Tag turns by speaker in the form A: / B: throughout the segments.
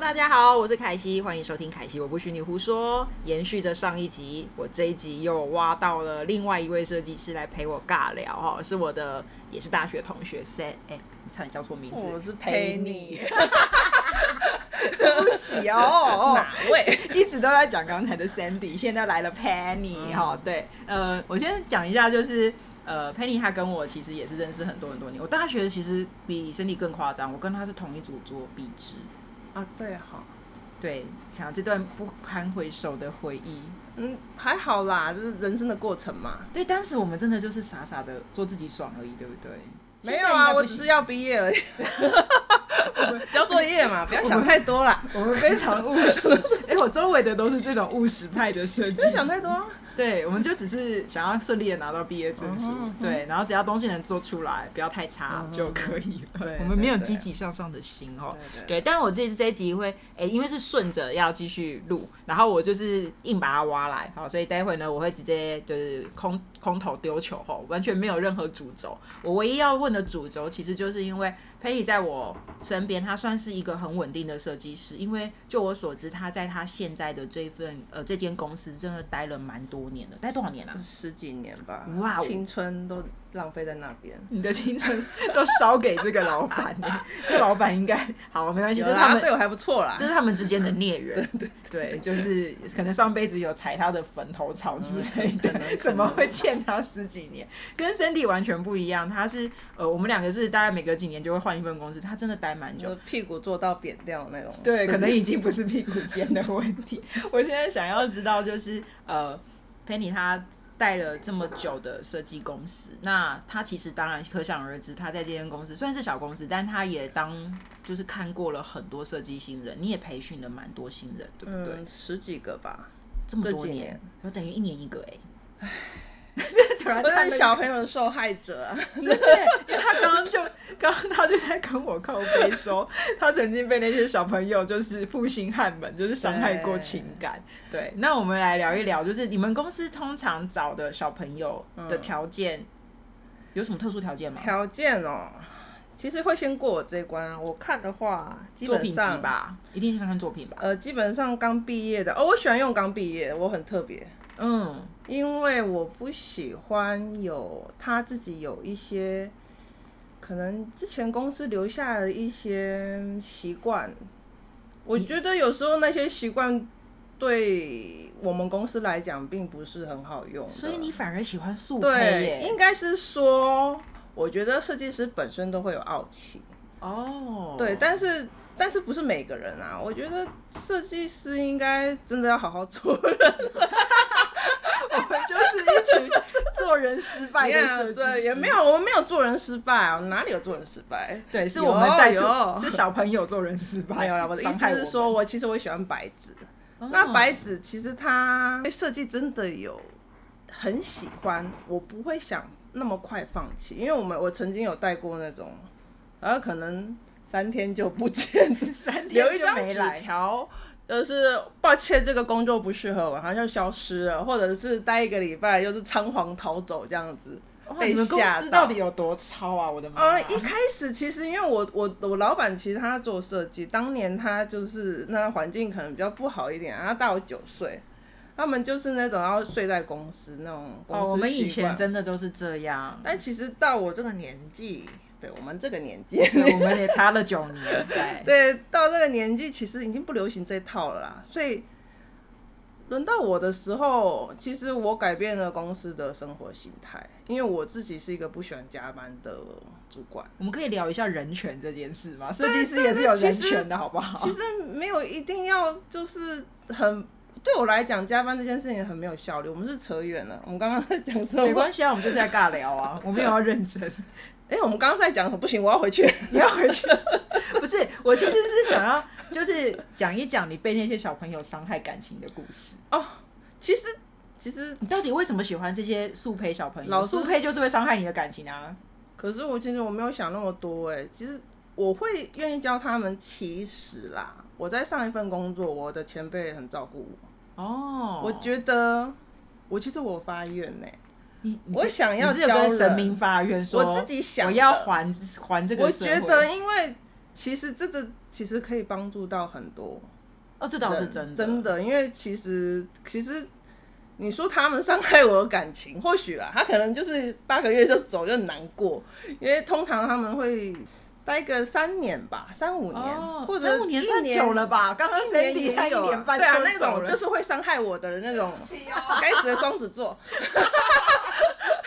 A: 大家好，我是凯西，欢迎收听《凯西我不许你胡说》。延续着上一集，我这一集又挖到了另外一位设计师来陪我尬聊哈，是我的也是大学同学 Set，哎，差点叫错名字，
B: 我是陪 你，
A: 对不起 哦，
B: 哪位？
A: 一直都在讲刚才的 Sandy，现在来了
B: 嗯
A: Penny 哈、对，呃，我先讲一下，就是呃，Penny 她跟我其实也是认识很多很多年，我大学其实比 Sandy 更夸张，我跟她是同一组做壁纸，
B: 啊，对哈，
A: 对，想这段不堪回首的回忆。
B: 嗯，还好啦，这是人生的过程嘛。
A: 对，当时我们真的就是傻傻的做自己爽而已，对不对？
B: 没有啊，我只是要毕 业而已，交作业 嘛，不要想太多啦，
A: 我们非常务实。 哎、我周围的都是这种务实派的设计
B: 不
A: 师
B: 要想太多啊。
A: 对，我们就只是想要顺利的拿到毕业证书，
B: 嗯哼
A: 对，然后只要东西能做出来，不要太差
B: 嗯哼
A: 就可以了。
B: 对
A: 我们没有
B: 对对
A: 积极向上的心哦。
B: 对
A: 对，但我这这一集会，哎、因为是顺着要继续录，然后我就是硬把它挖来，好，所以待会呢，我会直接就是空空投丢球吼，完全没有任何主轴。我唯一要问的主轴，其实就是因为佩里在我身边，他算是一个很稳定的设计师，因为就我所知，他在他现在的这份呃这间公司真的待了蛮多年的，待多少年啊？
B: 十几年吧，
A: 哇哦嗯
B: 青春都浪费在那边。
A: 你的青春都烧给这个老板 呢、这老板应该好，没关系，就
B: 有
A: 是他
B: 啦，
A: 们
B: 对我还不错啦
A: 这。是他们之间的孽缘，啊 对就是可能上辈子有踩他的坟头草之 类的，怎么会欠他十几年？跟 Sandy 完全不一样，他是呃，我们两个是大概每隔几年就会换一份公司，他真的待蛮久
B: 就。屁股坐到扁掉那种。
A: 对，可能已经不是屁股尖的问题。 我现在想要知道就是呃，Penny 他带了这么久的设计公司，那他其实当然可想而知，他在这间公司虽然是小公司，但他也当就是看过了很多设计新人，你也培训了蛮多新人，对不对？
B: 嗯，十几个吧。
A: 这么
B: 这
A: 多
B: 几
A: 年
B: 年，
A: 就等于一年一个哎、 突然
B: 我
A: 叹
B: 是
A: 了一
B: 小朋友的受害者啊。
A: 因为他刚刚就刚刚他就在跟我靠背 说，他曾经被那些小朋友就是负心汉们就是伤害过情感。对，那我们来聊一聊，就是你们公司通常找的小朋友的条件、有什么特殊条件吗？
B: 条件哦，其实会先过我这一关啊。我看的话，基
A: 作
B: 本
A: 品集
B: 上
A: 吧，一定是看看作品吧。
B: 呃，基本上刚毕业的哦，我喜欢用刚毕业的，我很特别，
A: 嗯，
B: 因为我不喜欢有他自己有一些可能之前公司留下的一些习惯，我觉得有时候那些习惯对我们公司来讲并不是很好用的，
A: 所以你反而喜欢速配
B: 对
A: 耶？
B: 应该是说，我觉得设计师本身都会有傲气，
A: 哦，
B: 对，但是但是不是每个人啊？我觉得设计师应该真的要好好做人，
A: 我们就是一群做人失败 的设计
B: 对，
A: 师，
B: 也没有，我没有做人失败啊，我哪里有做人失败？
A: 对，是
B: 有
A: 我们带出
B: 有
A: 是小朋友做人失败，
B: 没有啦，我的意
A: 伤害
B: 思是说，
A: 我哦
B: 我其实我喜欢白纸，那白纸其实它对设计真的有很喜欢，我不会想那么快放弃，因为我们我曾经有带过那种，然后可能三天就不见
A: 们三天
B: 留一
A: 就
B: 张
A: 没
B: 纸
A: 来，
B: 条，就是抱歉，这个工作不适合我，好像就消失了，或者是待一个礼拜，又是仓皇逃走这样子。
A: 哇，
B: 被
A: 你们公
B: 吓
A: 司
B: 到
A: 到底有多糙啊！我的妈
B: 呃，
A: 呀！
B: 一开始其实因为我我我老板其实他做设计，当年他就是那环境可能比较不好一点，啊他大我九岁，他们就是那种要睡在公司那种公司、
A: 哦，我们以前，真的都是这样，
B: 但其实到我这个年纪，对我们这个年纪，
A: 对我们也差了九年，对，
B: 对，到这个年纪其实已经不流行这套了啦，所以轮到我的时候，其实我改变了公司的生活形态，因为我自己是一个不喜欢加班的主管。
A: 我们可以聊一下人权这件事吗？设计师也是有人权的好不好
B: 其？实没有一定要就是很对我来讲，加班这件事情很没有效率。我们是扯远了，我们刚刚在讲什
A: 没
B: 么？
A: 关系啊，我们就是在尬聊啊，我没有要认真。
B: 哎、我们刚刚在讲什么？不行，我要回去。
A: 你要回去？不是，我其实是想要就是讲一讲你被那些小朋友伤害感情的故事。
B: 其实其实，
A: 你到底为什么喜欢这些速配小朋友？
B: 老师
A: 速配就是会伤害你的感情啊。
B: 可是我其实我没有想那么多哎、其实我会愿意教他们，其实啦，我在上一份工作，我的前辈很照顾我，
A: 哦
B: 我觉得我其实我发愿呢、
A: 你你
B: 我想要
A: 你是有
B: 教
A: 跟神
B: 人。
A: 明发愿说，
B: 我自己想
A: 我
B: 的
A: 要还还这个
B: 我
A: 社会。
B: 觉得，因为其实这个其实可以帮助到很多
A: 哦，这倒是
B: 人
A: 真的，
B: 真的，因为其实其实你说他们伤害我的感情，或许啦，他可能就是八个月就走就很难过，因为通常他们会待个三年吧，三五年，
A: 哦，
B: 或者
A: 三五年
B: 一
A: 算久了吧？刚刚
B: 一
A: 三
B: 年也
A: 还一
B: 有啊
A: 年半
B: 对啊，
A: 分
B: 那
A: 手
B: 种
A: 了
B: 就是会伤害我的人那种
A: ，
C: 气哦，
B: 该死的双子座。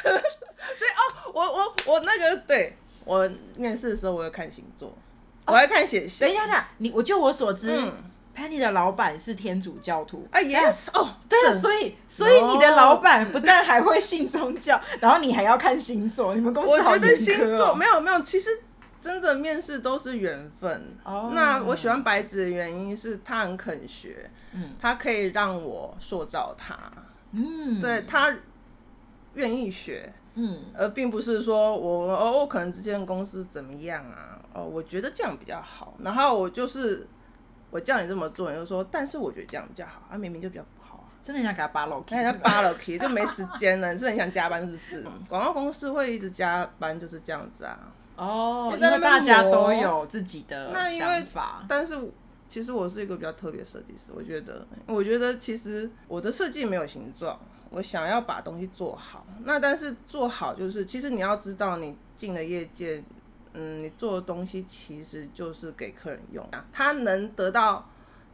B: 所以哦，我我我那个对我面试的时候，我有看星
A: 哦
B: 座，我还看血型。
A: 等一下，等一下，你我就我所知、
B: 嗯
A: p e n n y 的老板是天主教徒
B: 啊
A: 等一下
B: ，yes，哦，
A: 对啊，
B: 整
A: 所以所以你的
B: 哦
A: 老板不但还会信宗教，然后你还要看星座，你们公
B: 我
A: 司好严
B: 觉得
A: 苛
B: 星座
A: 哦。
B: 没有没有，其实真的面试都是缘分。
A: 哦
B: 那我喜欢白纸的原因是他很肯学，
A: 嗯
B: 他可以让我塑造他，
A: 嗯，
B: 对，他愿意学，
A: 嗯
B: 而并不是说我哦，我可能之前公司怎么样啊，哦，我觉得这样比较好，然后我就是我叫你这么做，你就说，但是我觉得这样比较好，啊，明明就比较不好啊。
A: 真的很想给他扒漏
B: 那人家扒了皮就没时间了，你是很想加班是不是？
A: 嗯
B: 广告公司会一直加班就是这样子啊。
A: 哦，
B: 你
A: 因
B: 在
A: 为
B: 那边
A: 大家都
B: 磨
A: 有自己的
B: 那因为
A: 想法，
B: 但是其实我是一个比较特别的设计师，我觉得，我觉得其实我的设计没有形状，我想要把东西做好。那但是做好就是，其实你要知道，你进了业界，嗯，你做的东西其实就是给客人用啊，他能得到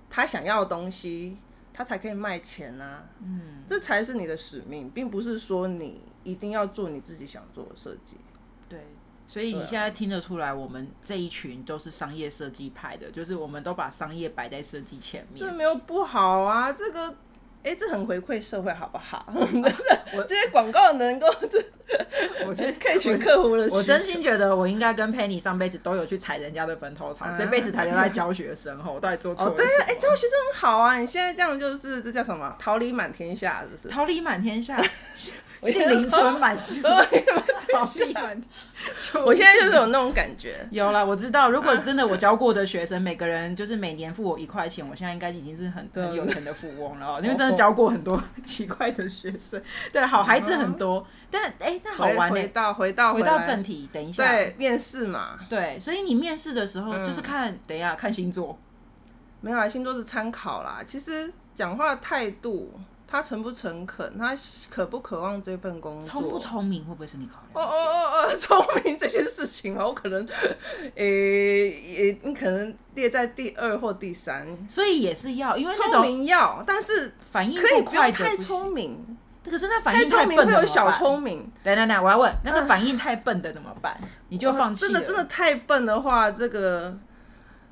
B: 他想要的东西，他才可以卖钱啊。
A: 嗯，
B: 这才是你的使命，并不是说你一定要做你自己想做的设计。
A: 对。所以
B: 对
A: 你
B: 啊
A: 现在听得出来，我们这一群都是商业设计派的，就是我们都把商业摆在设计前面
B: 这。没有不好啊，这个，哎、这很回馈社会好不好？
A: 哦 我
B: 这些广告能够
A: 我先
B: 可以取客户的需求，
A: 我真心觉得我应该跟 Penny 上辈子都有去踩人家的坟头草，
B: 啊
A: 这辈子才留在教学生后，我到底做错
B: 哦
A: 了，
B: 对
A: 什
B: 啊，
A: 么
B: 哎、教学生很好啊，你现在这样就是这叫什么？桃李满天下是 不是？
A: 桃李满天下，杏林春满树，桃李满天。就
B: 我现在就是有那种感觉。
A: 有了，我知道。如果真的我教过的学生，每个人就是每年付我一块钱，我现在应该已经是很
B: 对
A: 很有钱的富翁 了哦，因为真的教过很多 奇怪的学生。对了，好孩子很多，但哎、那好
B: 回
A: 玩呢、
B: 回到啊回到
A: 回到
B: 来
A: 正题，啊等一下。
B: 对面试嘛，
A: 对，所以你面试的时候
B: 嗯
A: 就是看，等一下看星座，
B: 没有啦，啊星座是参考啦。其实讲话态度，他诚不诚恳，他渴不渴望这份工作，
A: 聪不聪明会不会是你考
B: 哦
A: 量？
B: 哦哦 哦，聪明这件事情啊，我可能， 诶、也你可能列在第二或第三。
A: 所以也是要，因为那
B: 聪
A: 种
B: 明要，但是
A: 反应
B: 可以不
A: 快
B: 要
A: 的
B: 太
A: 不行
B: 聪，明，
A: 可是那反
B: 太
A: 应
B: 聪
A: 笨
B: 明
A: 的
B: 会有小
A: 聪。
B: 聪明。嗯
A: 等等等，我要问，那个反应太笨的怎么办？你就放弃
B: 哦真
A: 了？
B: 的真的，太笨的话，这个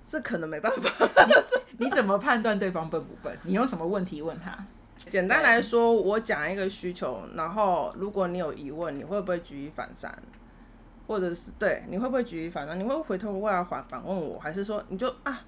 B: 这可能没办法。
A: 你怎么判断对方笨不笨？你用什么问题问他？
B: 简单来说，我讲一个需求，然后如果你有疑问，你会不会举一反三？或者是对，你会不会举一反三？你会回头过来反反问我，还是说你就啊，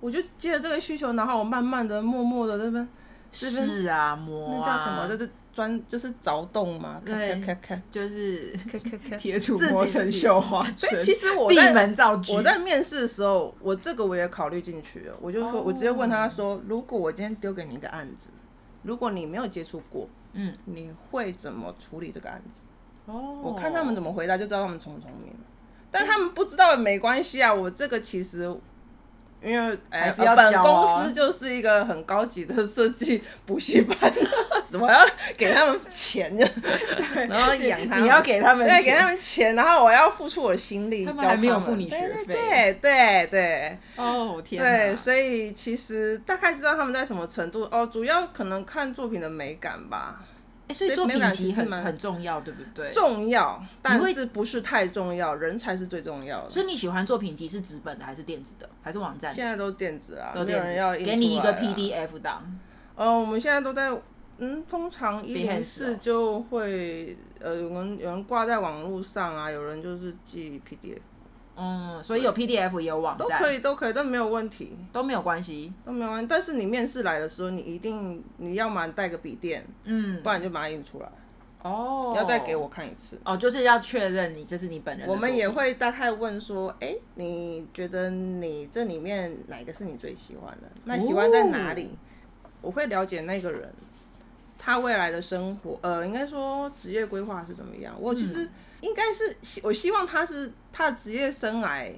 B: 我就接了这个需求，然后我慢慢的、默默的这边这边
A: 是啊，摸啊
B: 那叫什么？就是钻，就是凿洞嘛，咔
A: 对
B: 咔咔
A: 就是
B: 咔咔咔咔。
A: 铁杵
B: 自己
A: 磨成
B: 自己
A: 绣花针
B: 所以，其实我
A: 闭
B: 在
A: 门造车。
B: 我在面试的时候，我这个我也考虑进去了。我就说，
A: 哦
B: 我直接问他说，如果我今天丢给你一个案子，如果你没有接触过，
A: 嗯，
B: 你会怎么处理这个案子？
A: 哦，
B: 我看他们怎么回答，就知道他们聪不聪明。但他们不知道也没关系啊，我这个其实。因为哎、
A: 还是要
B: 本
A: 教
B: 公
A: 啊
B: 司就是一个很高级的设计补习班，啊怎么要给他们钱， 然后养他们
A: 你要给他们
B: 对，给
A: 钱
B: 他们钱，然后我要付出我的心力，
A: 他们
B: 教
A: 还没有付你
B: 对
A: 学
B: 对
A: 费
B: 对对对
A: 哦，天哪
B: 对，所以其实大概知道他们在什么程度哦，主要可能看作品的美感吧，
A: 欸所以
B: 所以
A: 作
B: 美
A: 品
B: 感
A: 集
B: 其实
A: 很
B: 蛮
A: 很重要，对不对？
B: 重要，但
A: 会
B: 是不是太重要，人才是最重要的。
A: 所以你喜欢作品集是纸本的，还是电子的，还是网站的？
B: 现在都电子啦，
A: 都
B: 没有
A: 电
B: 人要
A: 子，
B: 印
A: 给你一
B: 出
A: 个
B: 来啦啊
A: PDF 档。
B: 呃，我们现在都在，嗯，通常一零
A: Behance 哦
B: 四就会，呃，有人有人挂在网络上啊，有人就是寄 PDF，
A: 嗯，所以有 PDF 也有网
B: 都
A: 站，
B: 可以，都可以，但没有问题，
A: 都没有关系。
B: 都没有问题。但是你面试来的时候，你一定你要么带个笔电，
A: 嗯
B: 不，然你就把它印出来，
A: 哦，
B: 要再给我看一次。
A: 哦，就是要确认你这是你本人的
B: 我
A: 作品。
B: 们也会大概问说，哎、你觉得你这里面哪个是你最喜欢的？
A: 哦
B: 那喜欢在哪里？我会了解那个人，他未来的生活，呃，应该说职业规划是怎么样。我其实应该是希我希望他是他的职业生涯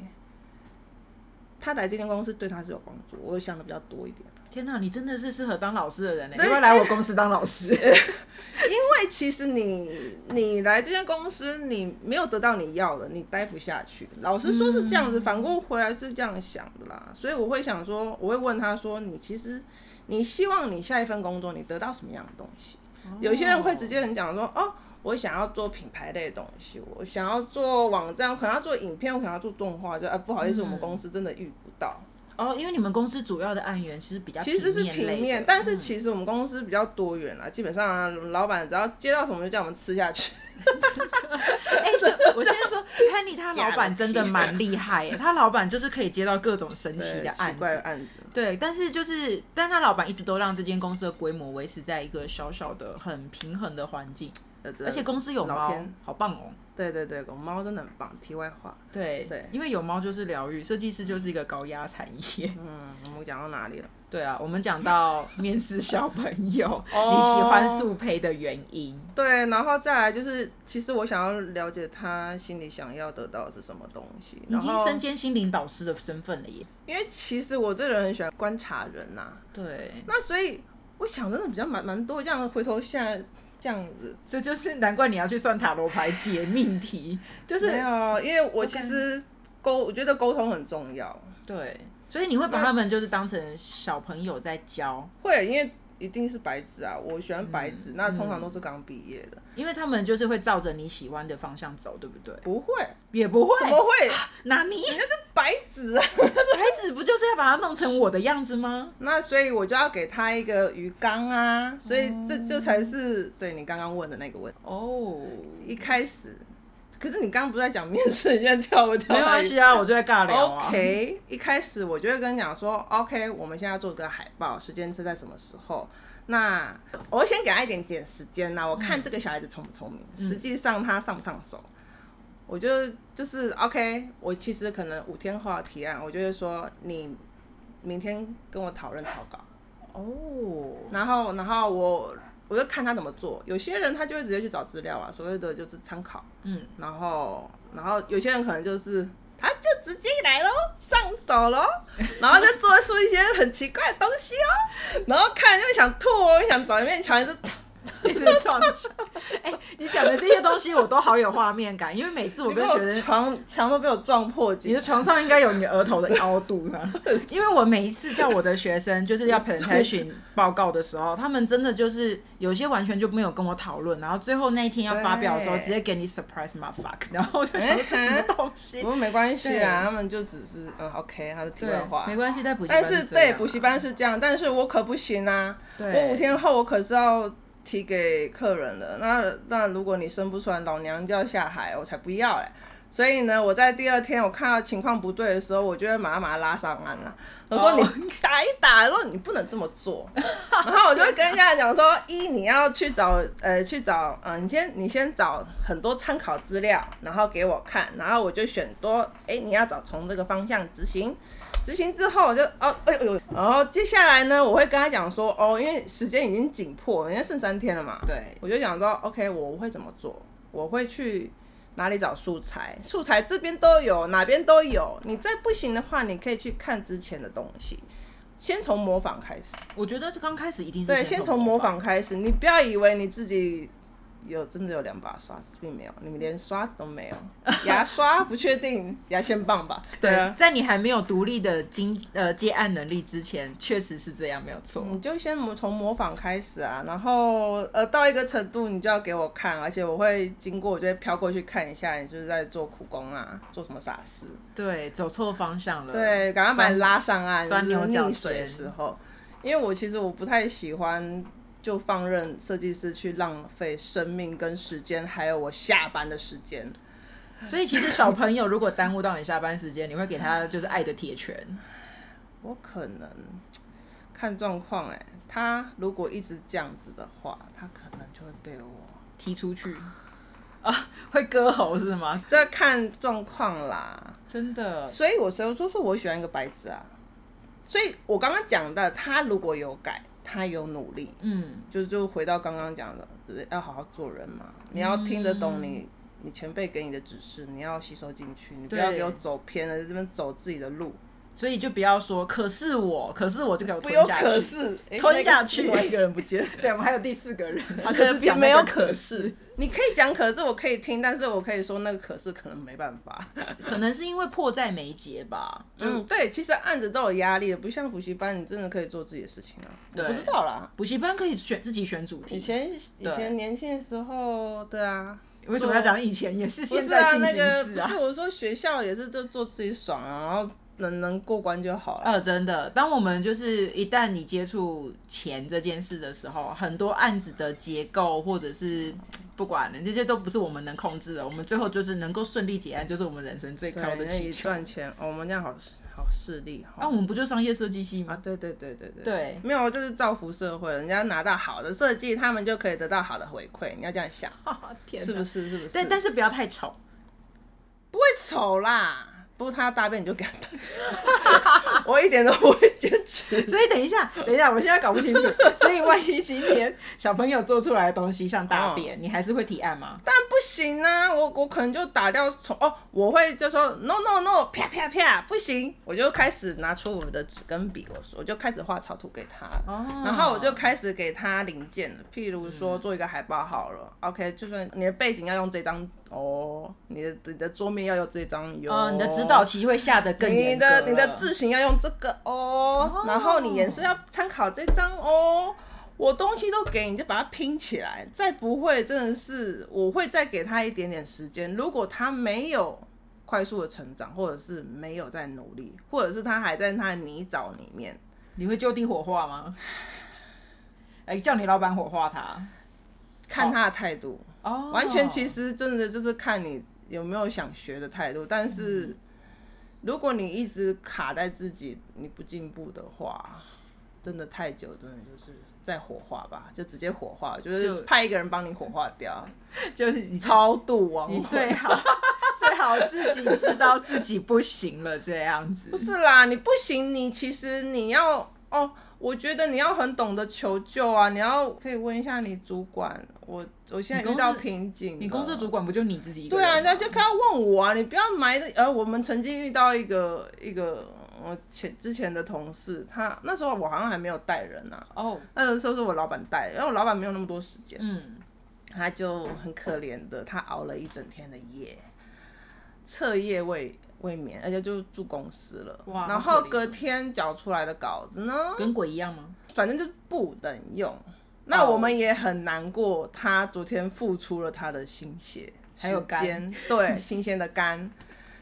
B: 他来这间公司对他是有帮助，我想的比较多一点。
A: 天哪，你真的是适合当老师的人呢、欸！
B: 对
A: 你会来我公司当老师？
B: 因为哎其实你你来这间公司，你没有得到你要的，你待不下去。老实说是这样子，反过回来是这样想的啦。所以我会想说，我会问他说，你其实你希望你下一份工作你得到什么样的东西？有些人会直接很讲说，哦，我想要做品牌类的东西，我想要做网站，我可能要做影片，我可能要做动画，就啊不好意思，我们公司真的遇不到。
A: 哦，因为你们公司主要的案源其实比较
B: 其实是
A: 类的
B: 平面，但
A: 嗯
B: 是其实我们公司比较多元啦，基本上、啊、老板只要接到什么就叫我们吃下去。
A: 哎、 我现在说 Penny 他老板真的蛮厉害、耶，他老板就是可以接到各种神奇
B: 对
A: 的案
B: 奇怪的
A: 子。
B: 案子。
A: 对，但是就是，但他老板一直都让这间公司的规模维持在一个小小的、很平衡的环境，而
B: 而
A: 且公司有
B: 呃老
A: 猫
B: 天，
A: 好棒哦。
B: 对对对，狗猫真的很棒。题外话，
A: 对
B: 对
A: 因为有猫就是疗愈，设计师就是一个高压产业。
B: 嗯，我们讲到哪里了？
A: 对啊，我们讲到面试小朋友，
B: 哦
A: 你喜欢速配的原因。
B: 对，然后再来就是，其实我想要了解他心里想要得到的是什么东西。
A: 你已
B: 然
A: 经
B: 后
A: 身，兼心灵导师的身份了耶。
B: 因为其实我这人很喜欢观察人呐、
A: 对，
B: 那所以我想真的比较蛮蛮多，这样回头现在这样子，
A: 这就是难怪你要去算塔罗牌解命题，就
B: 没
A: 是
B: 有，因为我其
A: 感
B: 实沟，我觉得沟通很重要。
A: 对，所以你会把他们就是当成小朋友在教，
B: 会，因为一定是白纸啊，我喜欢白纸，
A: 嗯
B: 那通常都是刚毕业的，
A: 因为他们就是会照着你喜欢的方向走，对不对？
B: 不会，
A: 也不会，
B: 怎么会？
A: 拿你
B: 人家就白纸啊。
A: 孩子不就是要把它弄成我的样子吗？
B: 那所以我就要给他一个鱼缸啊，所以这这才是对你刚刚问的那个问题。
A: 哦。
B: 一开始，可是你刚刚不是在讲面试，你现在跳过跳
A: 没
B: 到
A: 关
B: 一
A: 系啊，我就在尬聊啊。
B: OK，一开始我就会跟你讲说，OK，我们现在要做个海报，时间是在什么时候？那我会先给他一点点时间啊啦，我看这个小孩子聪不聪明，
A: 嗯
B: 实际上他上不上手。我就就是 OK，我其实可能五天后要提案，我就会说你明天跟我讨论草稿，
A: 哦，
B: 然后然后我我就看他怎么做。有些人他就会直接去找资料啊，所谓的就是参考。
A: 嗯，
B: 然后然后有些人可能就是他就直接来咯，上手咯， 然后就做出一些很奇怪的东西哦，然后看就想吐哦，想找一面墙就
A: 这个创举。 哎、你讲的这些东西我都好有画面感，因为每次我跟学生
B: 墙墙都被我撞破
A: 你
B: 几
A: 的
B: 次，
A: 床上应该有你额头的高度 呢，因为我每一次叫我的学生就是要 presentation 报告的时候，他们真的就是有些完全就没有跟我讨论，然后最后那一天要发表的时候，
B: 对
A: 直接给你 surprise my fuck，然后我就想说这什么东西
B: 不，过没关系啊，
A: 对
B: 他们就只是嗯 OK，他的题
A: 对
B: 外话，
A: 没关系，在补习班
B: 啊但
A: 是
B: 是
A: 这样啊
B: 对补习，班是这样，但是我可不行啊！
A: 对
B: 我五天后我可是要提给客人的。那那如果你生不出来，老娘就要下海，我才不要欸嘞！所以呢，我在第二天我看到情况不对的时候，我就会马上把他拉上岸了、我说
A: 哦
B: 你打一打，说你不能这么做。然后我就会跟人家讲说，一你要去找呃去找，嗯、你先你先找很多参考资料，然后给我看，然后我就选多，哎、你要找从这个方向执行。执行之后，我就哦，哎呦，然后接下来呢，我会跟他讲说，哦，因为时间已经紧迫，因为剩三天了嘛，
A: 对
B: 我就讲说，OK，我会怎么做？我会去哪里找素材？素材这边都有，哪边都有。你再不行的话，你可以去看之前的东西，先从模仿开始。
A: 我觉得刚开始一定是
B: 对，
A: 先
B: 先从模
A: 模仿。
B: 仿开始。你不要以为你自己有真的有两把刷子，并没有，你们连刷子都没有，牙刷不确定，牙线棒吧？对
A: 对，
B: 啊，
A: 在你还没有独立的经呃接案能力之前，确实是这样，没有错。
B: 你就先模从模仿开始啊，然后呃到一个程度你就要给我看，而且我会经过，我就会飘过去看一下你是不是在做苦工啊，做什么傻事。
A: 对，走错方向了。
B: 对，赶快把你拉上岸，
A: 钻
B: 就是
A: 钻牛角
B: 溺水的
A: 尖
B: 时候，因为我其实我不太喜欢就放任设计师去浪费生命跟时间，还有我下班的时间。
A: 所以其实小朋友如果耽误到你下班时间，你会给他就是爱的铁拳。
B: 我可能看状况哎，他如果一直这样子的话，他可能就会被我。
A: 踢出去啊，会割喉是吗？
B: 这看状况啦，
A: 真的，
B: 所以我时候就说我喜欢一个白纸啊，所以我刚刚讲的，他如果有改，他有努力，
A: 嗯，
B: 就就回到刚刚讲的，人要好好做人嘛，你要听得懂
A: 嗯
B: 你、你前辈给你的指示，你要吸收进去，你不
A: 对
B: 要给我走偏了，在这边走自己的路。
A: 所以就不要说，可是我，可是我就给我
B: 不
A: 吞
B: 用
A: 下去，
B: 可是，诶
A: 吞下去
B: 那个另外一个人不见了。
A: 对，我们还有第四个人，他 就是讲
B: 没
A: 那
B: 有
A: 个
B: 可是，你可以讲可是，我可以听，但是我可以说那个可是可能没办法。
A: 可能是因为迫在眉睫吧。
B: 嗯，对，其实案子都有压力的，不像补习班，你真的可以做自己的事情啊。我
A: 对
B: 不知道啦，
A: 补习班可以选自己选主
B: 以
A: 题，
B: 前以前年轻的时候，对啊，
A: 为什么要讲以前？也是
B: 不
A: 现
B: 是
A: 在
B: 啊，
A: 进
B: 那
A: 行
B: 个
A: 式
B: 不
A: 啊
B: 是。我说学校也是就做自己爽啊，然后能能过关就好了。
A: 呃，真的，当我们就是一旦你接触钱这件事的时候，很多案子的结构或者是不管了，这些都不是我们能控制的。我们最后就是能够顺利结案，就是我们人生最高
B: 对，
A: 的
B: 那
A: 祈
B: 一
A: 求。
B: 赚钱，哦我们这样好好势利
A: 那、
B: 哈。
A: 啊我们不就商业设计系
B: 啊
A: 吗？，
B: 对对对对对，
A: 对，
B: 没有，就是造福社会，人家拿到好的设计，他们就可以得到好的回馈。你要这样想，
A: 天哪
B: 是不？是？是不是？
A: 但但是不要太丑，
B: 不会丑啦。不过他大便你就给他 大，我一点都不会坚持。
A: 所以等一下，等一下，我现在搞不清楚。所以万一今天小朋友做出来的东西像大
B: 哦
A: 便，你还是会提案吗？
B: 但不行啊，我我可能就打掉重哦，我会就说 no no no，啪啪啪，不行，我就开始拿出我的纸跟笔，我说我就开始画草图给他，
A: 哦嗯
B: 然后我就开始给他零件了，譬如说做一个海报好了、o k 就算你的背景要用这张哦，你的你的桌面要用这张哟、
A: 哦，你的指导期会下得更
B: 你
A: 严格了
B: 的你的字型要用这个哦，然后你颜色要参考这张哦。我东西都给你，就把它拼起来。再不会，真的是我会再给他一点点时间。如果他没有快速的成长，或者是没有在努力，或者是他还在他的泥沼里面，
A: 你会就地火化吗？哎、叫你老板火化他
B: 看他的态度。
A: 哦
B: 完全其实真的就是看你有没有想学的态度，但
A: 嗯
B: 是如果你一直卡在自己，你不进步的话，真的太久，真的就是在火化吧，就直接火化，就是
A: 就
B: 派一个人帮你火化掉，
A: 就是你
B: 超度亡
A: 你
B: 魂。
A: 最好最好自己知道自己不行了这样子
B: 不。是啦，你不行，你其实你要哦，我觉得你要很懂得求救啊，你要可以问一下你主管，我我现
A: 你
B: 在
A: 公
B: 遇
A: 司
B: 到瓶颈了，啊
A: 你公司主管不就你自己一个
B: 对
A: 人
B: 啊，
A: 吗？
B: 人家就刚问我啊，你不要埋的。呃，我们曾经遇到一个一个我前之前的同事，他那时候我好像还没有带人啊，
A: 哦，
B: 那时候是我老板带，因为我老板没有那么多时间，
A: 嗯，
B: 他就很可怜的，他熬了一整天的夜，彻夜未未眠，而且就住公司了。
A: 哇
B: 然
A: 好
B: 后
A: 可怜哦
B: 隔天交出来的稿子呢，
A: 跟鬼一样吗？
B: 反正就不能用。那
A: 哦
B: 我们也很难过，他昨天付出了他的心血，
A: 还有肝
B: 时间， 对，新鲜的肝。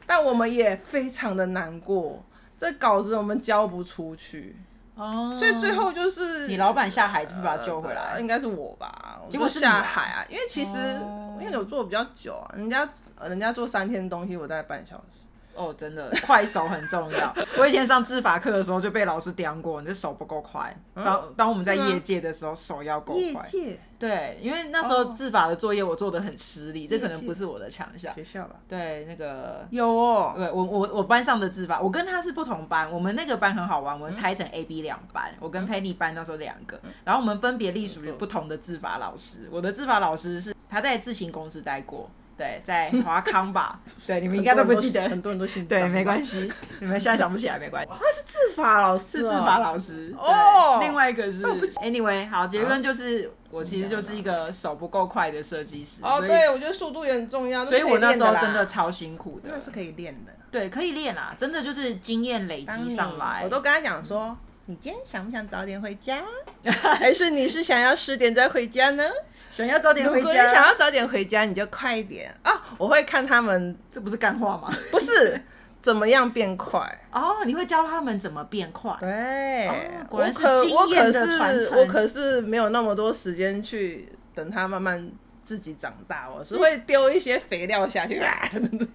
B: 但我们也非常的难过，这稿子我们交不出去，
A: 哦，
B: 所以最后就是呃
A: 你老板下海去把他救回来
B: 应该是我吧，我
A: 结果
B: 就是
A: 你啊
B: 下海啊，因为其实、
A: 哦
B: 因为我做比较久啊，人家人家做三天的东西，我大概半小时。
A: 哦，真的，快手很重要。我以前上字法课的时候就被老师刁过，你的手不够快。当当我们在
B: 是吗
A: 业界的时候，手要够快。
B: 界
A: 对，因为那时候
B: 哦
A: 字法的作业我做的很吃力，这可能
B: 业界
A: 不是我的强项。
B: 学校吧，
A: 对，嗯那个
B: 有哦，
A: 对我我我班上的字法，我跟他是不同班，我们那个班很好玩，
B: 嗯
A: 我们拆成 A、B 两班，我跟 Penny 班那时候两个，然后我们分别
B: 嗯
A: 隶属于不同的字法老师。我的字法老师是他在自行公司待过，对，在华康 吧，对，你们应该都不记得。
B: 很多人都姓
A: 对，
B: 张
A: 没
B: 吧
A: 关系，你们现在想不起来没关系，
B: 自法老师
A: 是啊
B: 哦
A: 自法老师
B: 哦
A: 对另外一个是
B: 那我不记
A: anyway，好，结论就是我其实就是一个手不够快的设计师，
B: 哦，
A: 所以
B: 对，我觉得速度也很重要。
A: 所以我那时候真的
B: 的
A: 超辛苦的
B: 那，是可以练的，
A: 对，可以练啦，真的就是经验累
B: 当
A: 积
B: 你
A: 上来，
B: 我都跟他讲说，你今天想不想早点回 家？还是你是想要十点再回家呢？
A: 想要早点
B: 如
A: 回
B: 果你想
A: 家，
B: 要早点回家，你就快一点啊！我会看他们
A: 这不是干话吗？
B: 不是怎么样变 快。
A: 哦，你会教他们怎么变快，
B: 对，
A: 哦果
B: 我
A: 然是
B: 可
A: 经
B: 我
A: 验
B: 可
A: 的传
B: 是
A: 承
B: 我可是没有那么多时间去等他慢慢自己长大，我
A: 嗯
B: 是会丢一些肥料下 去，啊、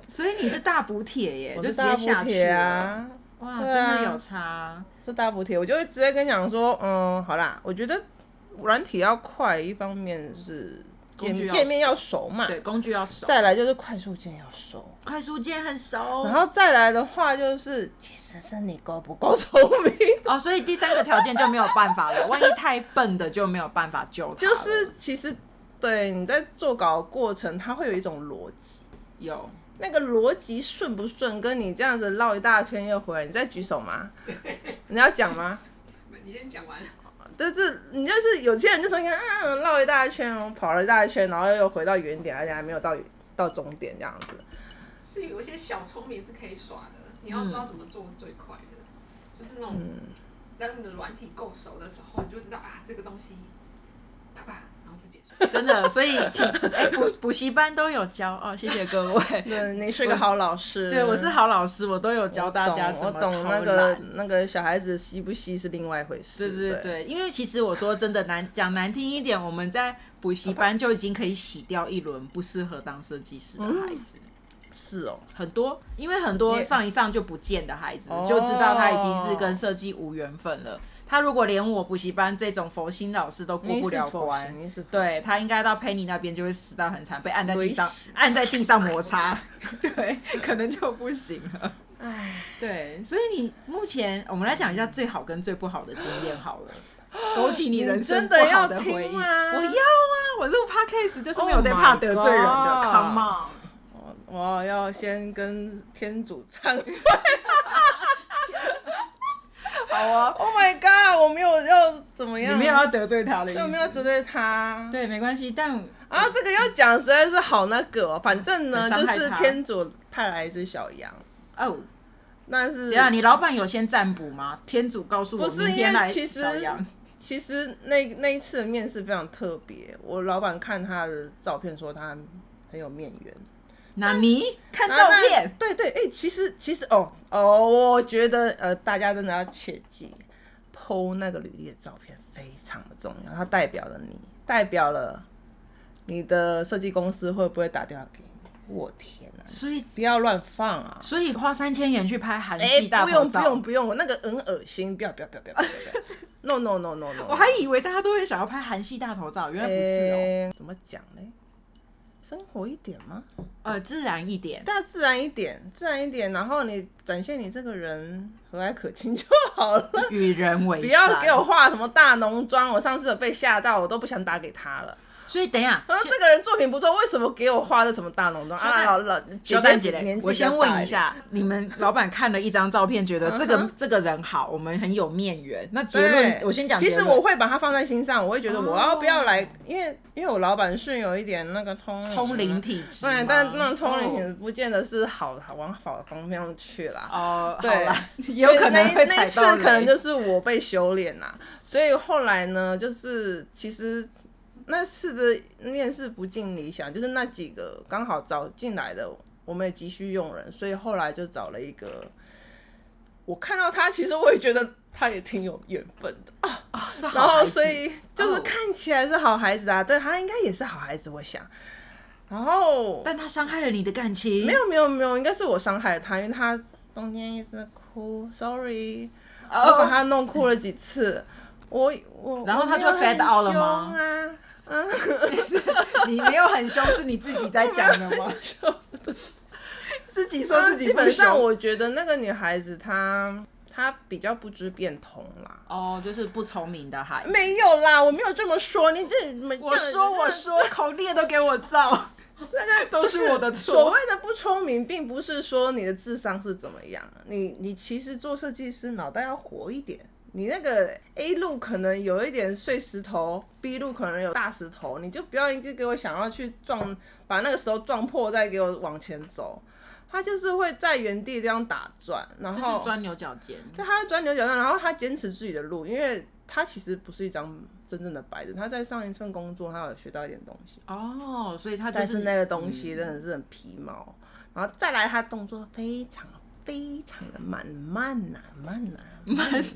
A: 所以你是大补帖耶，
B: 我
A: 就是直接
B: 大
A: 下
B: 补
A: 去
B: 贴
A: 了，
B: 啊。
A: 哇，
B: 对
A: 真
B: 啊
A: 的有差，
B: 是大补贴，我就会直接跟你讲说，嗯，好啦，我觉得软体要快，一方面是界
A: 工具要
B: 界面要熟嘛，
A: 对，工具要熟，
B: 再来就是快速键要熟，
A: 快速键很熟，
B: 然后再来的话就是，其实是你够不够聪明，
A: 哦，所以第三个条件就没有办法 了。万一太笨的就没有办法救他了。
B: 就是其实对你在做稿的过程，它会有一种逻辑，
A: 有
B: 那个逻辑顺不顺，跟你这样子绕一大圈又回来，你再举 手吗？你要讲吗？
C: 你先讲完。
B: 但是你就是有些人就是你看啊绕一大圈，然后跑了一大圈，然后又回到原点，而且还没有到到终点这样子。
C: 所以有一些小聪明是可以耍的，你要知道怎么做是最快的，就是那种
B: 嗯
C: 当你的软体够熟的时候，你就知道啊这个东西，啪啪，然后就结束。
A: 真的，所以请哎补补习班都有教哦，谢谢各 位。
B: 对，你是个好老师。
A: 对，我是好老师，我都有教大家怎
B: 嗯我
A: 么
B: 懂，我懂
A: 偷
B: 那
A: 懒。
B: 个那个小孩子吸不吸是另外一回事。
A: 对对对，
B: 对，
A: 因为其实我说真的难讲难听一点，我们在补习班就已经可以洗掉一轮不适合当设计师的孩子，
B: 是哦。
A: 很多，因为很多
B: 也
A: 上一上就不见的孩子
B: 哦，
A: 就知道他已经是跟设计无缘分了。他如果连我补习班这种佛心老师都过
B: 你
A: 不
B: 是
A: 了
B: 否
A: 关，
B: 行？你是否
A: 对他应该到 Penny 那边就会死到很惨，被按在地上
B: 危险，
A: 按在地上摩 擦，对，可能就不行了。
B: 唉，
A: 对，所以你目前我们来讲一下最好跟最不好的经验好 了，勾起你人生
B: 你真
A: 不
B: 的
A: 好
B: 要
A: 的
B: 听
A: 回忆。我要
B: 吗
A: 啊，我录 podcast 就是没有在
B: Oh my
A: 怕得罪人的
B: God
A: ，Come on。
B: 我我要先跟天主忏悔。
A: 好哦，
B: Oh my god！我没有要怎么
A: 你
B: 样，
A: 没有要得罪他的意
B: 对，我没
A: 思。
B: 有针对他。
A: 对，没关系，但
B: 啊，这个要讲实在是好那个、哦，反正呢
A: 很伤
B: 就
A: 害
B: 是
A: 他
B: 天主派来一只小羊，
A: 哦，
B: 但是
A: 等一下你老板有先占卜吗？天主告诉我
B: 不是
A: 明天
B: 因为
A: 来
B: 其实
A: 小羊，
B: 其实那那一次的面试非常特别，我老板看他的照片说他很有面缘，
A: 那你看
B: 然后
A: 照
B: 那
A: 片，
B: 对对，哎、其实其实哦哦，我觉得呃大家真的要切记剖那个履历的照片非常的重要，它代表了你，代表了你的设计公司会不会打电话给你？我天哪、
A: 所以
B: 不要乱放啊！
A: 所以花三千元去拍韩
B: 哎、
A: 系大
B: 不
A: 头
B: 用不
A: 照，
B: 用不用，那个很恶心，不要不要不要不要不要 不要，no no no no no，
A: 我还以为大家都会想要拍韩系大头照，原来不是哦。
B: 欸怎么讲呢？生活一点吗？
A: 呃，自然一点。
B: 大自然一点，自然一点，然后你展现你这个人和蔼可亲就好了，
A: 与人为
B: 不
A: 善。
B: 要给我。画什么大浓妆。我上次有被吓到，我都不想打给他 了。
A: 所以等一下，
B: 他啊说这个人作品不错，为什么给我画的什么大浓妆
A: 肖战
B: 啊？老老姐
A: 小蛋
B: 姐
A: 姐
B: 年
A: 嘞
B: 纪，
A: 我
B: 比
A: 先
B: 较大
A: 问一
B: 点，
A: 下，你们老板看了一张照片，觉得这个
B: 嗯哼
A: 这个人好，我们很有面缘。那结
B: 对
A: 论，我先讲
B: 其
A: 结
B: 实
A: 论。
B: 我会把它放在心上，我会觉得我要不要来，
A: 哦
B: 因为因为我老板是有一点那个通
A: 通灵体质嘛，
B: 对，嗯但那种通灵
A: 哦
B: 也不见得是好好往好的方向去啦。
A: 哦，好
B: 对
A: 啦，也有可能
B: 那
A: 会
B: 那
A: 踩
B: 一次
A: 到雷。
B: 可能就是我被修炼啦，所以后来呢，就是其实那次的面试不尽理想，就是那几个刚好找进来的，我们也急需用人，所以后来就找了一个。我看到他，其实我也觉得他也挺有缘分的，
A: 是好
B: 然后
A: 孩子
B: 所以就是
A: 哦
B: 看起来是好孩子啊，对他应该也是好孩子，我想。然后
A: 但他伤害了你的感情，
B: 没有没有没有，应该是我伤害了他，因为他中间一直哭，sorry，、
A: 哦，
B: 我把他弄哭了几次，我我
A: 然后他就
B: 我没有
A: fade out 了
B: 很凶
A: 吗
B: 啊，
A: 你没有很凶，是你自己在讲的 吗？啊自己说自己
B: 啊基
A: 不
B: 本上
A: 凶
B: 我觉得那个女孩子她她比较不知变通啦。
A: 哦，就是不聪明的孩子。
B: 没有啦，我没有这么说。你这你们这
A: 我
B: 样
A: 说我说，口裂都给我 造，那 个都是我的
B: 所
A: 错。
B: 谓的不聪明，并不是说你的智商是怎么样，啊你你其实做设计师脑袋要活一点。你那个 A 路可能有一点碎石头，B 路可能有大石头，你就不要一直给我想要去撞，把那个石头撞破再给我往前走。他就是会在原地这样打转，然
A: 就
B: 后
A: 是钻牛角尖，
B: 对，他会钻牛角尖，然后他坚持自己的路，因为他其实不是一张真正的白纸。他在上一份工作，他有学到一点东西。
A: 哦，所以他就
B: 但
A: 是
B: 是那个东西真的是很皮毛。然后再来，他动作非常非常的慢，慢呐、慢呐、慢呐、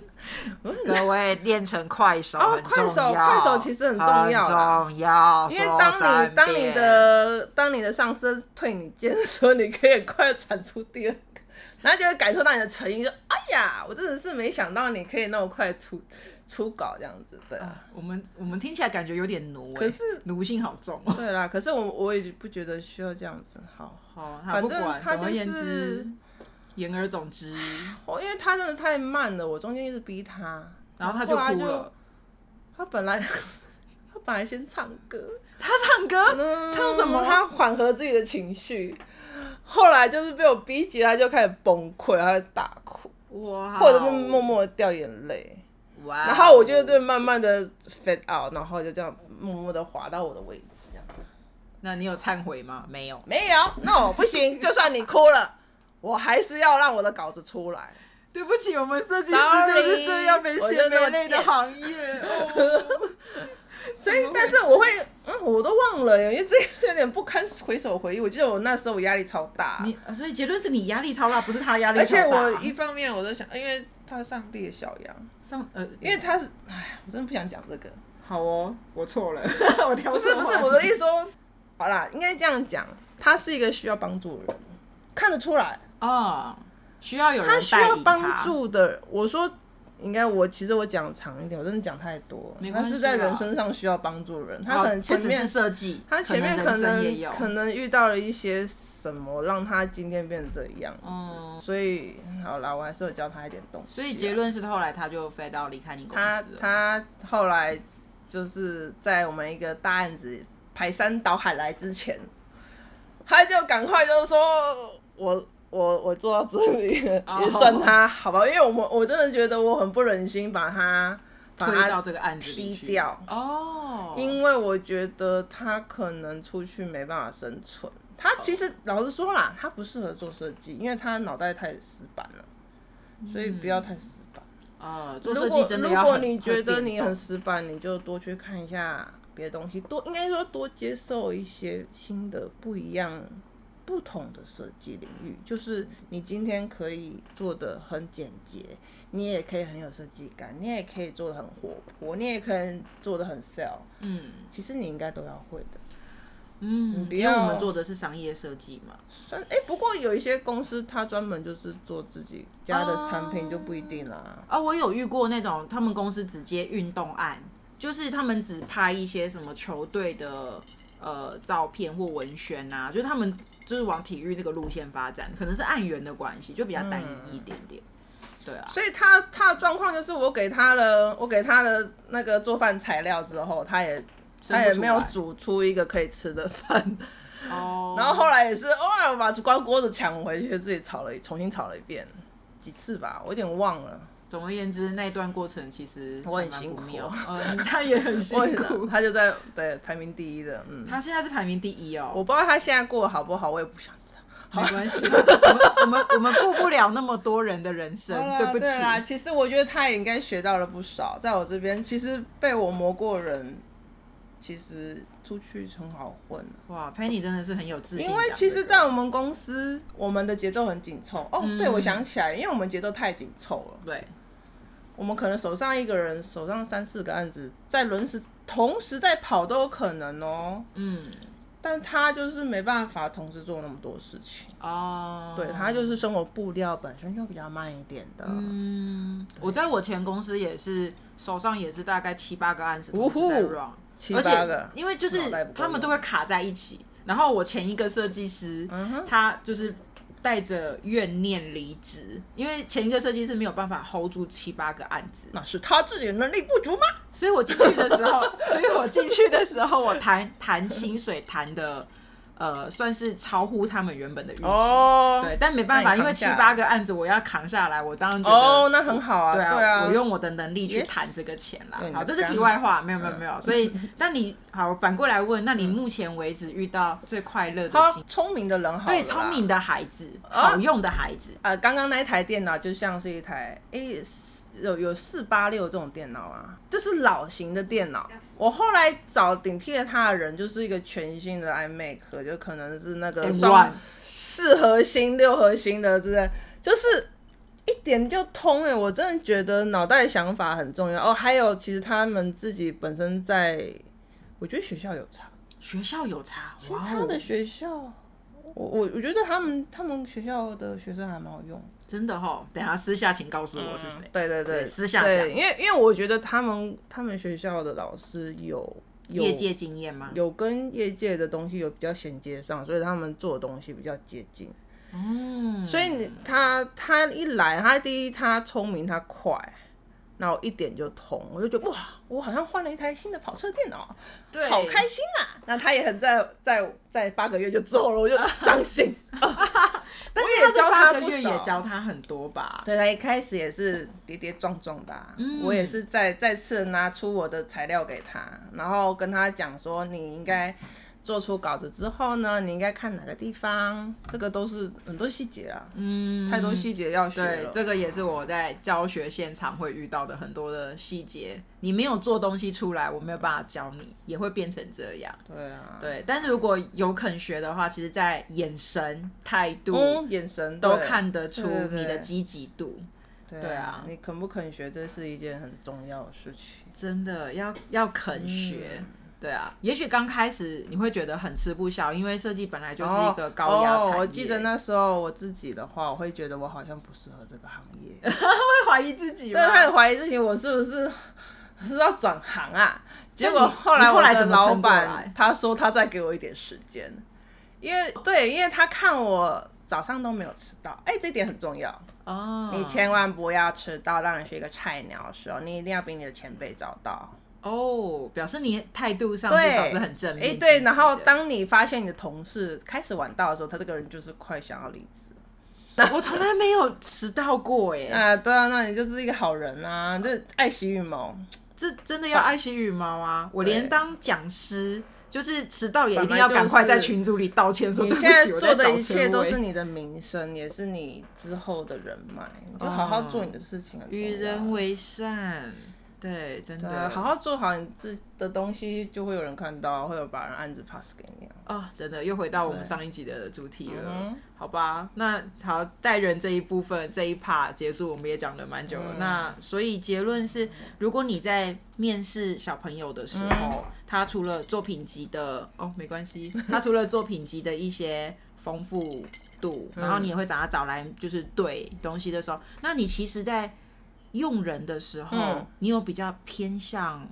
A: 各 位练成快手
B: 嗯哦
A: 很重
B: 快手
A: 要
B: 快手其实很重要啦
A: 很重要。
B: 因为
A: 说
B: 当
A: 啊三
B: 你当你
A: 遍
B: 的当你的上司退你肩的时候，你可以很快产出第二个，然后就会感受到你的诚意，就哎呀，我真的是没想到你可以那么快出出稿这样子，对啊。
A: 啊我们我们听起来感觉有点奴欸，
B: 可是
A: 奴性好重哦。
B: 对啦，可是我我也不觉得需要这样子，好，
A: 好，好
B: 反
A: 不
B: 正
A: 管
B: 他
A: 总而
B: 就
A: 言之
B: 是，
A: 言而总 之，
B: 我、哦因为他真的太慢了，我中间一直逼他，
A: 然后他就
B: 后来
A: 哭了。
B: 他本来他本来先唱歌，
A: 他唱歌
B: 嗯
A: 唱什么
B: 他缓和自己的情绪。后来就是被我逼急，他就开始崩溃，他就大哭，
A: 哇，
B: 或者是默默地掉眼泪。
A: 哇，哦
B: 然后我就对，慢慢的 fade out，然后就这样默默的滑到我的位置，这样。
A: 那你有忏悔吗？没有，
B: 没有，no，不行，就算你哭了，我还是要让我的稿子出来。
A: 对不起，我们设计师
B: Sorry，
A: 就是这样没
B: 我
A: 血
B: 就那么
A: 没泪的
B: 贱
A: 行业。 哦
B: 所以，但是我会，嗯，我都忘了耶，因为这个有点不堪回首回忆。我记得我那时候我压力超大，
A: 你所以结论是你压力超大，不是他压力
B: 而
A: 超大。
B: 且我一方面我都想，因为他是上帝的小羊，
A: 上呃，
B: 因为他是，哎，我真的不想讲这 个。
A: 好哦，我错了， 我挑
B: 不是不是， 我的
A: 的
B: 意思说，好啦，应该这样讲，他是一个需要帮助的人，看得出来，
A: 哦，需要有人
B: 他需要
A: 代理
B: 帮助的。我说，应该我其实我讲长一点，我真的讲太多
A: 没。
B: 他
A: 关系
B: 是在
A: 啦
B: 人身上需要帮助人，
A: 他，
B: 他可能
A: 哦
B: 前
A: 不只
B: 面
A: 是设计，
B: 他前面可
A: 人生也
B: 能
A: 有
B: 可能遇到了一些什么，让他今天变成这样子。
A: 嗯
B: 所以好啦，我还是有教他一点东西啊。
A: 所以结论是后来他就飞到离开你公司
B: 他
A: 了。
B: 他后来就是在我们一个大案子排山倒海来之前，他就赶快就是说我。我我做到这里了
A: 哦
B: 也算他好吧，因为我们我真的觉得我很不忍心把他把
A: 推到
B: 他，
A: 这个案子里去
B: 踢掉
A: 哦，
B: 因为我觉得他可能出去没办法生存。他其
A: 哦
B: 实老实说啦，他不适合做设计，因为他脑袋太死板了，所以不要太死板。
A: 呃，做
B: 如
A: 设
B: 果
A: 计真的
B: 如
A: 要
B: 果
A: 很
B: 你觉得你
A: 会
B: 很
A: 变动
B: 死板，你就多去看一下别的东西，多应该说多接受一些新的、不一样、不同的设计领域。就是你今天可以做的很简洁，你也可以很有设计感，你也可以做的很活泼，你也可以做的很 sell。
A: 嗯
B: 其实你应该都要会的。
A: 嗯，
B: 不
A: 因为我们
B: 要
A: 做的是商业设计嘛，
B: 算哎、不过有一些公司它专门就是做自己家的产品，就不一定啦。
A: 啊，我有遇过那种他们公司只接运动案，就是他们只拍一些什么球队的呃照片或文宣啊，就是他们就是往体育那个路线发展，可能是案源的关系，就比较单
B: 嗯
A: 一一点点。对啊，
B: 所以他他的状况就是，我给他了，我给他的那个做饭材料之后，他也
A: 生
B: 他
A: 不
B: 也
A: 出
B: 没有
A: 来
B: 煮出一个可以吃 的饭。
A: 哦，
B: 然后后来也是偶尔把光锅子抢回去，自己炒了一重新炒了一遍几次吧，我有点忘了。
A: 总而言之，那一段过程其实
B: 我很
A: 还蛮
B: 辛
A: 不
B: 苦
A: 妙嗯，他也很辛
B: 我也
A: 苦。
B: 他就在对排名第一的，嗯，
A: 他现在是排名第一哦，
B: 我不知道他现在过得好不好，我也不想知道。
A: 没关系，我们我们我们顾不了那么多人的人生
B: 好，啦
A: 对不
B: 啦，
A: 起。
B: 其实我觉得他也应该学到了不少，在我这边，其实被我磨过的人，其实出去很好混、啊。
A: 哇，Penny 真的是很有自信
B: 因
A: 讲这个。
B: 为其实，在我们公司，我们的节奏很紧凑。哦，
A: 嗯
B: 对，我想起来，因为我们节奏太紧凑了，
A: 对
B: 我们可能手上一个人，手上三四个案子，在轮时同时在跑都有可能哦。
A: 嗯
B: 但他就是没办法同时做那么多事情，
A: 哦，
B: 对他就是生活步调本身就比较慢一点的。
A: 嗯，我在我前公司也是手上也是大概七八个案子同时
B: 呜呼
A: 在 run，
B: 七
A: 而
B: 八个
A: 且，因为就是
B: 脑袋不够
A: 他们都会卡在一起。然后我前一个设计师，
B: 嗯
A: 他就是带着怨念离职，因为前一个设计师没有办法 hold 住七八个案子，
B: 那是他自己的能力不足吗？
A: 所以我进去的时 候，所以我进去的时候，我谈谈薪水谈的，呃，算是超乎他们原本的预期。
B: 哦
A: 对，但没办法，
B: 那你
A: 因
B: 扛
A: 为七
B: 下来
A: 八个案子我要扛下来，我当然觉得
B: 哦，那很好啊，
A: 对
B: 对
A: 啊，
B: 啊，
A: 我用我的能力去
B: Yes
A: 谈这个钱啦
B: 对。你
A: 好，
B: 的
A: 这是
B: 刚嗯
A: 题外话，没有没有没有。所以，但你好，反过来问，那你目前为止遇到最快乐的
B: 他
A: 经，
B: 聪明的人好，
A: 对聪明。的孩子，好用的孩子，
B: 呃，刚刚那一台电脑就像是一台诶、有有四八六这种电脑啊，就是老型的电脑
C: Yes。
B: 我后来找顶替了它的人，就是一个全新的 iMac，就可能是那个
A: M1
B: 双四核心、六核心的之类，就是一点就通哎、我真的觉得脑袋想法很重要哦。还有，其实他们自己本身在，我觉得学校有差。
A: 学校有差，
B: 其实
A: 哇
B: 他
A: 哦
B: 的，学校，我我我觉得他们他们学校的学生还蛮好用的。
A: 真的哈，等一下私下请告诉我是谁。
B: 对对
A: 对
B: 对，
A: 私下想
B: 对，因为因为我觉得他们他们学校的老师有有
A: 业界经验吗？
B: 嗯有跟业界的东西有比较衔接上，所以他们做的东西比较接近。
A: 嗯，
B: 所以你他他一来，他第一他聪明，他快，然后一点就通，我就觉得哇，我好像换了一台新的跑车电脑，
A: 对，
B: 好开心啊！那他也很在在在八个月就走了，我就伤心。啊
A: 这
B: 他
A: 个
B: 不
A: 月
B: 少
A: 也教他很多吧？
B: 对他一开始也是跌跌撞撞的啊、
A: 嗯
B: 我也是再再次拿出我的材料给他，然后跟他讲说，你应该做出稿子之后呢，你应该看哪个地方，这个都是很多细节啊，
A: 嗯，
B: 太多细节要学
A: 对
B: 了。，
A: 这个也是我在教学现场会遇到的很多的细节。你没有做东西出来，我没有办法教你，也会变成这样。
B: 对啊，
A: 对，但是如果有肯学的话，其实，在眼神、态度、
B: 嗯，眼神
A: 都
B: 对
A: 看得出
B: 对对对
A: 你的积极度。对
B: 对
A: 啊
B: 你肯不肯学，这是一件很重要的事情。
A: 真的要要肯学。
B: 嗯
A: 对啊，也许刚开始你会觉得很吃不消，因为设计本来就是
B: 哦
A: 一个高压产业。
B: 哦。我记得那时候我自己的话，我会觉得我好像不适合这个行业，
A: 会怀疑自己吗，
B: 但是开始怀疑自己，我是不是是要转行啊？结
A: 那
B: 果
A: 你
B: 后来
A: 你后
B: 我
A: 来
B: 的
A: 怎么
B: 老
A: 撑过来
B: 板他说他再给我一点时间，因为对，因为他看我早上都没有迟到，哎、这点很重要，
A: 哦，
B: 你千万不要迟到，让你是一个菜鸟的时候，你一定要比你的前辈早到。
A: 哦，表示你态度上至
B: 对，
A: 少是很正面
B: 哎、
A: 积极的。
B: 对，然后当你发现你的同事开始晚到的时候，他这个人就是快想要离职。
A: 我从来没有迟到过耶，
B: 啊，对啊，那你就是一个好人啊，就是爱惜羽毛，
A: 这真的要爱惜羽毛啊！我连
B: 对
A: 当讲师。就是迟到也一定
B: 本来
A: 要
B: 就
A: 赶快在
B: 是
A: 群组里道歉，说
B: 你
A: 对 不
B: 现在
A: 起，我
B: 做
A: 找
B: 的一
A: 车
B: 切都
A: 位
B: 是你的名声，也是你之后的人脉，你就好好做你的事情很重要
A: 与人为善，对，真
B: 对
A: 的
B: 啊，好好做好你自己的东西，就会有人看到，会有把人案子 pass 给你啊。
A: 哦，真的又回到我们
B: 对
A: 上一集的主题了
B: 嗯，
A: 好吧？那好，待人这一部分这一 part 结束，我们也讲了蛮久了。
B: 嗯
A: 那所以结论是，如果你在面试小朋友的时
B: 嗯
A: 候，他除了作品集的哦，没关系， 他除了作品集的一些丰富度，
B: 嗯
A: 然后你也会找他找来就是对东西的时候，那你其实，在用人的时候，
B: 嗯
A: 你有比较偏向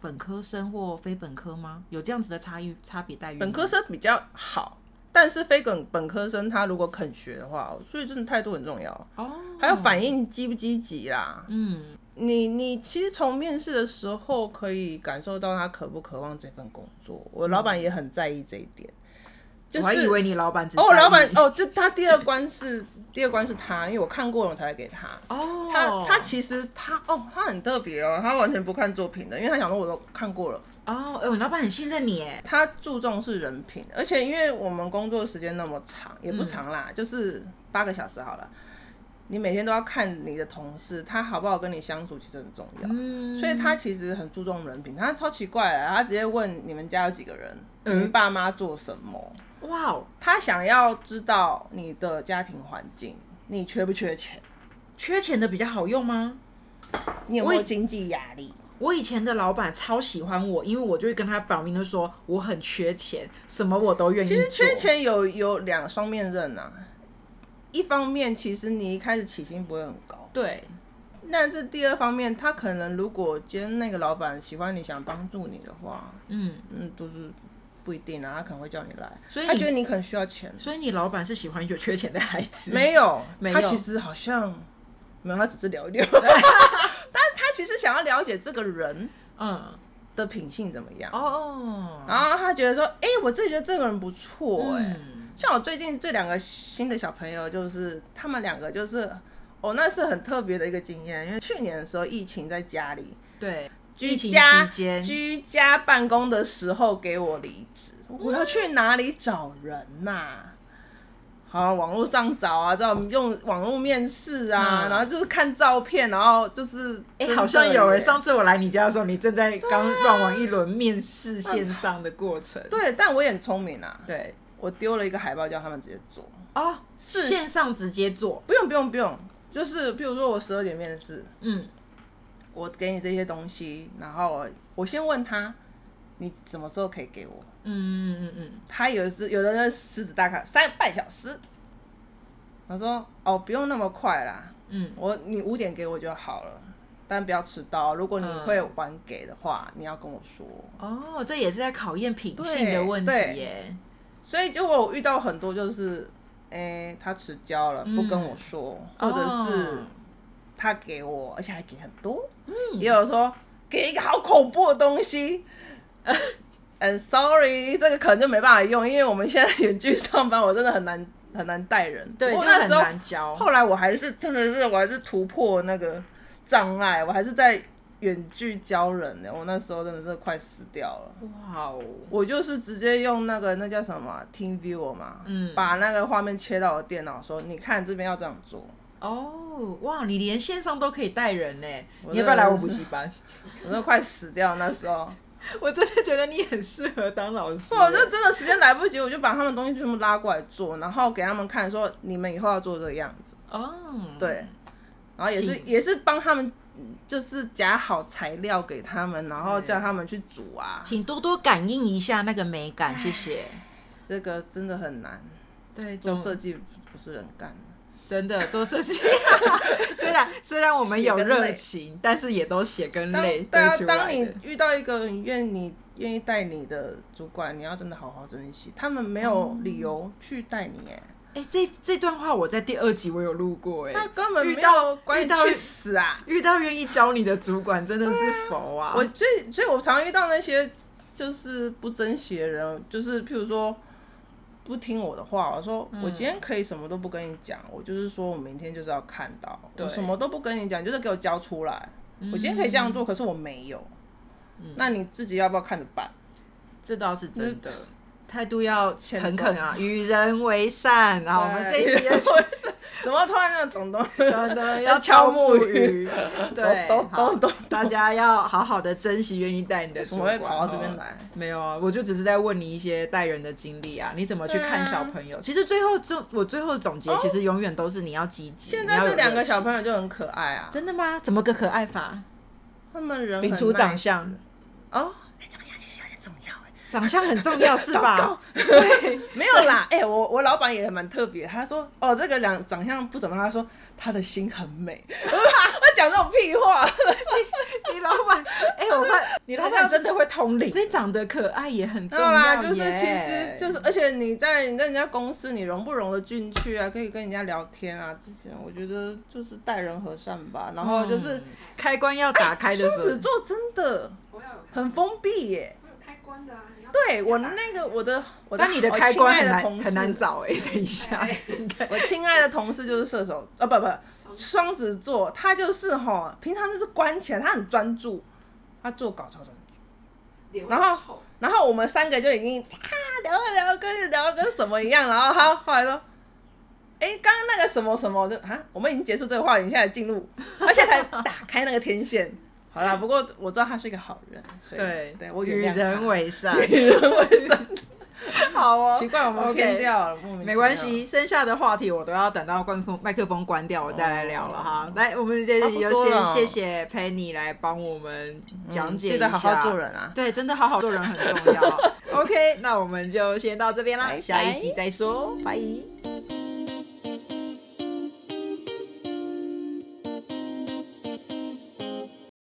A: 本科生或非本科吗？有这样子的差异差别待遇吗？
B: 本科生比较好，但是非本本科生他如果肯学的话，所以真的态度很重要。
A: 哦，
B: 还有反应积不积极啦。
A: 嗯，
B: 你你其实从面试的时候可以感受到他渴不渴望这份工作，我老板也很在意这一点。就
A: 我还以
B: 是
A: 为你老板只
B: 哦，我
A: 在意
B: 老板哦，就他第二关是 第二关是他，因为我看过了我才会给他。
A: 哦，
B: 他他其实他哦，他很特别哦，他完全不看作品的，因为他想说我都看过了。
A: 哦，哎、我老板很信任你哎，
B: 他注重是人品，而且因为我们工作时间那么长，也不长
A: 嗯
B: 啦，就是八个小时好了。你每天都要看你的同事，他好不好跟你相处，其实很重要。
A: 嗯，
B: 所以他其实很注重人品，他超奇怪的，他直接问你们家有几个人，
A: 嗯
B: 你爸妈做什么，
A: 哇哦，
B: 他想要知道你的家庭环境，你缺不缺钱，
A: 缺钱的比较好用吗？
B: 你有没
A: 我
B: 有经济压力。
A: 我以前的老板超喜欢我，因为我就会跟他表明的说我很缺钱，什么我都愿意
B: 其
A: 做。
B: 实缺钱有有两双面刃啊，一方面其实你一开始起薪不会很高。
A: 对，
B: 那这第二方面，他可能如果今天那个老板喜欢你，想帮助你的话，
A: 嗯，
B: 嗯，都是不一定啊，他可能会叫你来，
A: 所以
B: 他
A: 你
B: 觉得你可能需要钱，
A: 所以你老板是喜欢有缺钱的孩子，
B: 没有，
A: 没
B: 他
A: 有
B: 其实好像没有，他只是聊一 聊，但是他其实想要了解这个人
A: 嗯，
B: 的品性怎么样，
A: 哦哦，
B: 然后他觉得说，哎、我自己觉得这个人不错、哎、
A: 嗯
B: 像我最近这两个新的小朋友，就是他们两个就是。哦，那是很特别的一个经验，因为去年的时候疫情在家里，
A: 对，
B: 居
A: 疫情
B: 家
A: 期间
B: 居家办公的时候给我离职，我要去哪里找人呐、好，网络上找啊，这种用网络面试啊，
A: 嗯
B: 然后就是看照片，然后就是
A: 哎、
B: 真的
A: 好像有哎、
B: 耶啊
A: 上次我来你家的时候，你正在刚乱完一轮面试线上的过程，
B: 对，但我也很聪明啊，
A: 对，
B: 我丢了一个海报叫他们直接做，
A: 哦，是线上直接做，
B: 不用不用不用，就是譬如说我十二点面试，
A: 嗯，
B: 我给你这些东西，然后我先问他你什么时候可以给我，
A: 嗯嗯嗯嗯，
B: 他有时有的人狮子大开三半小时，我说哦不用那么快啦，
A: 嗯，
B: 我你五点给我就好了，但不要迟到。如果你
A: 嗯
B: 会晚给的话，你要跟我说。
A: 哦，这也是在考验品性的问题
B: 对对
A: 耶，
B: 所以就我遇到很多就是，哎、他迟交了不跟我说，或者是
A: 哦嗯
B: 他给我，而且还给很多，也有说给一个好恐怖的东西。嗯，sorry，这个可能就没办法用，因为我们现在远距上班，我真的很难很难带人。
A: 对，
B: 不过
A: 就
B: 那
A: 很
B: 时候
A: 难教。
B: 后来我还是真的是我还是突破那个障碍，我还是在远距教人呢。我那时候真的是快死掉了。
A: 哇哦，
B: 我就是直接用那个那叫什么 TeamViewer 嘛，
A: 嗯
B: 把那个画面切到我电脑，说你看这边要这样做。
A: 哦，哇，你连线上都可以带人呢，
B: 我
A: 你要不要来我
B: 真
A: 补
B: 的是
A: 习班？
B: 我都快死掉那时候，啊
A: 我真的觉得你很适合当老师。
B: 我就真的时间来不及，我就把他们东西全部拉过来做，然后给他们看说你们以后要做这个样子。
A: 哦，
B: 对，然后也是
A: 挺
B: 也是帮他们，嗯就是夹好材料给他们，然后叫他们去煮啊。
A: 请多多感应一下那个美感，谢谢。
B: 这个真的很难，
A: 对，
B: 做
A: 总
B: 设计不是人干的。
A: 真的做设计，虽然虽然我们有
B: 血跟
A: 热
B: 泪
A: 情，但是也都血跟
B: 当
A: 泪
B: 对
A: 堆
B: 啊
A: 出，来
B: 当你
A: 的。
B: 遇到一个你愿你愿意带你的主管，你要真的好好珍惜，他们没有理由去带你哎，
A: 哎、这这段话我在第二集我有录过、
B: 他
A: 哎，
B: 根本
A: 遇
B: 没
A: 到
B: 有管
A: 遇
B: 你
A: 到
B: 去死啊！
A: 遇到愿意教你的主管真的是佛啊！
B: 我所以，所以我常遇到那些就是不珍惜的人，就是譬如说不听我的话，我说
A: 嗯
B: 我今天可以什么都不跟你讲，我就是说我明天就是要看到，
A: 对嗯
B: 我什么都不跟你讲，你就是给我交出来。我今天可以这样做，可是我没有，那你自己要不要看着办？
A: 这倒嗯是真的
B: 就是，
A: 态度要
B: 欠
A: 诚恳啊，与人为善啊。我们这一集的
B: 对怎么突然那种东 西？
A: 真的要
B: 要敲
A: 敲
B: 木
A: 木
B: 鱼
A: 鱼，对，
B: 咚咚
A: 好
B: 咚咚
A: 大家要好好的珍惜愿意带你的主
B: 怎么
A: 管。
B: 会跑到这边来？
A: 没有啊，我就只是在问你一些带人的经历啊，你怎么去看小朋
B: 嗯
A: 友？其实最后总我最后总结，其实永远都是你要积极。
B: 哦现
A: 你要
B: 在
A: 有
B: 这两
A: 热
B: 个
A: 情
B: 小朋友就很可爱啊，
A: 真的吗？怎么个可爱法？
B: 他们人很
A: 摒除长
B: nice
A: 相
B: 哦，哎长相其实有点重要哎。
A: 长相很重要是
B: 糟
A: 吧
B: 糕？没有啦，哎、我我老板也蛮特别，他说哦，这个两长相不怎么样，他说他的心很美， 我讲这种屁 话，
A: 你老板，哎、我发你老板真的会通灵，所以长得可爱也很重
B: 对
A: 要
B: 啦，
A: 耶
B: 就是其实就是，而且你在你在人家公司，你融不融得进去啊，可以跟人家聊天啊，之前我觉得就是待人和善吧，然后就是
A: 嗯开关要打开的
B: 哎双、
A: 时候，
B: 子座真的
C: 我要有开
B: 很封闭耶、
C: 我有开关的啊，你要
B: 对我
C: 要打
B: 那个我的我的
A: 但你的
B: 好
A: 开关
B: 哦亲
A: 很
B: 爱的
A: 难
B: 同事
A: 很难找 哎、等一下，
C: 哎
B: 我亲爱的同事就是射手，呃，不不，双子座，他就是吼，平常就是关起来，他很专注，他做稿超专注。
C: 脸会
B: 然后
C: 臭
B: 然后我们三个就已经啊聊着聊着跟聊啊得跟什么一样，然后他后来说，哎、刚刚那个什么什么，我就啊，我们已经结束这个话题，你现在进入，而且才打开那个天线。好啦，不过我知道他是一个好人，所以
A: 对
B: 对，我
A: 与
B: 原谅他
A: 人为善，
B: 与人为善。
A: 好哦。
B: 奇怪，我们
A: OK
B: 偏掉了，莫名其
A: 没
B: 妙
A: 关系，剩下的话题我都要等到关控麦克风关掉，我再来聊了哈。来，我们这
B: 哦差
A: 集
B: 不
A: 就
B: 多
A: 先
B: 了
A: 谢谢 Penny 来帮我们讲
B: 嗯
A: 解
B: 记
A: 一
B: 得
A: 下，
B: 好好做人啊。
A: 对，真的好好做人很重要。OK，那我们就先到这边啦，
B: 拜拜
A: 下一集再说，拜。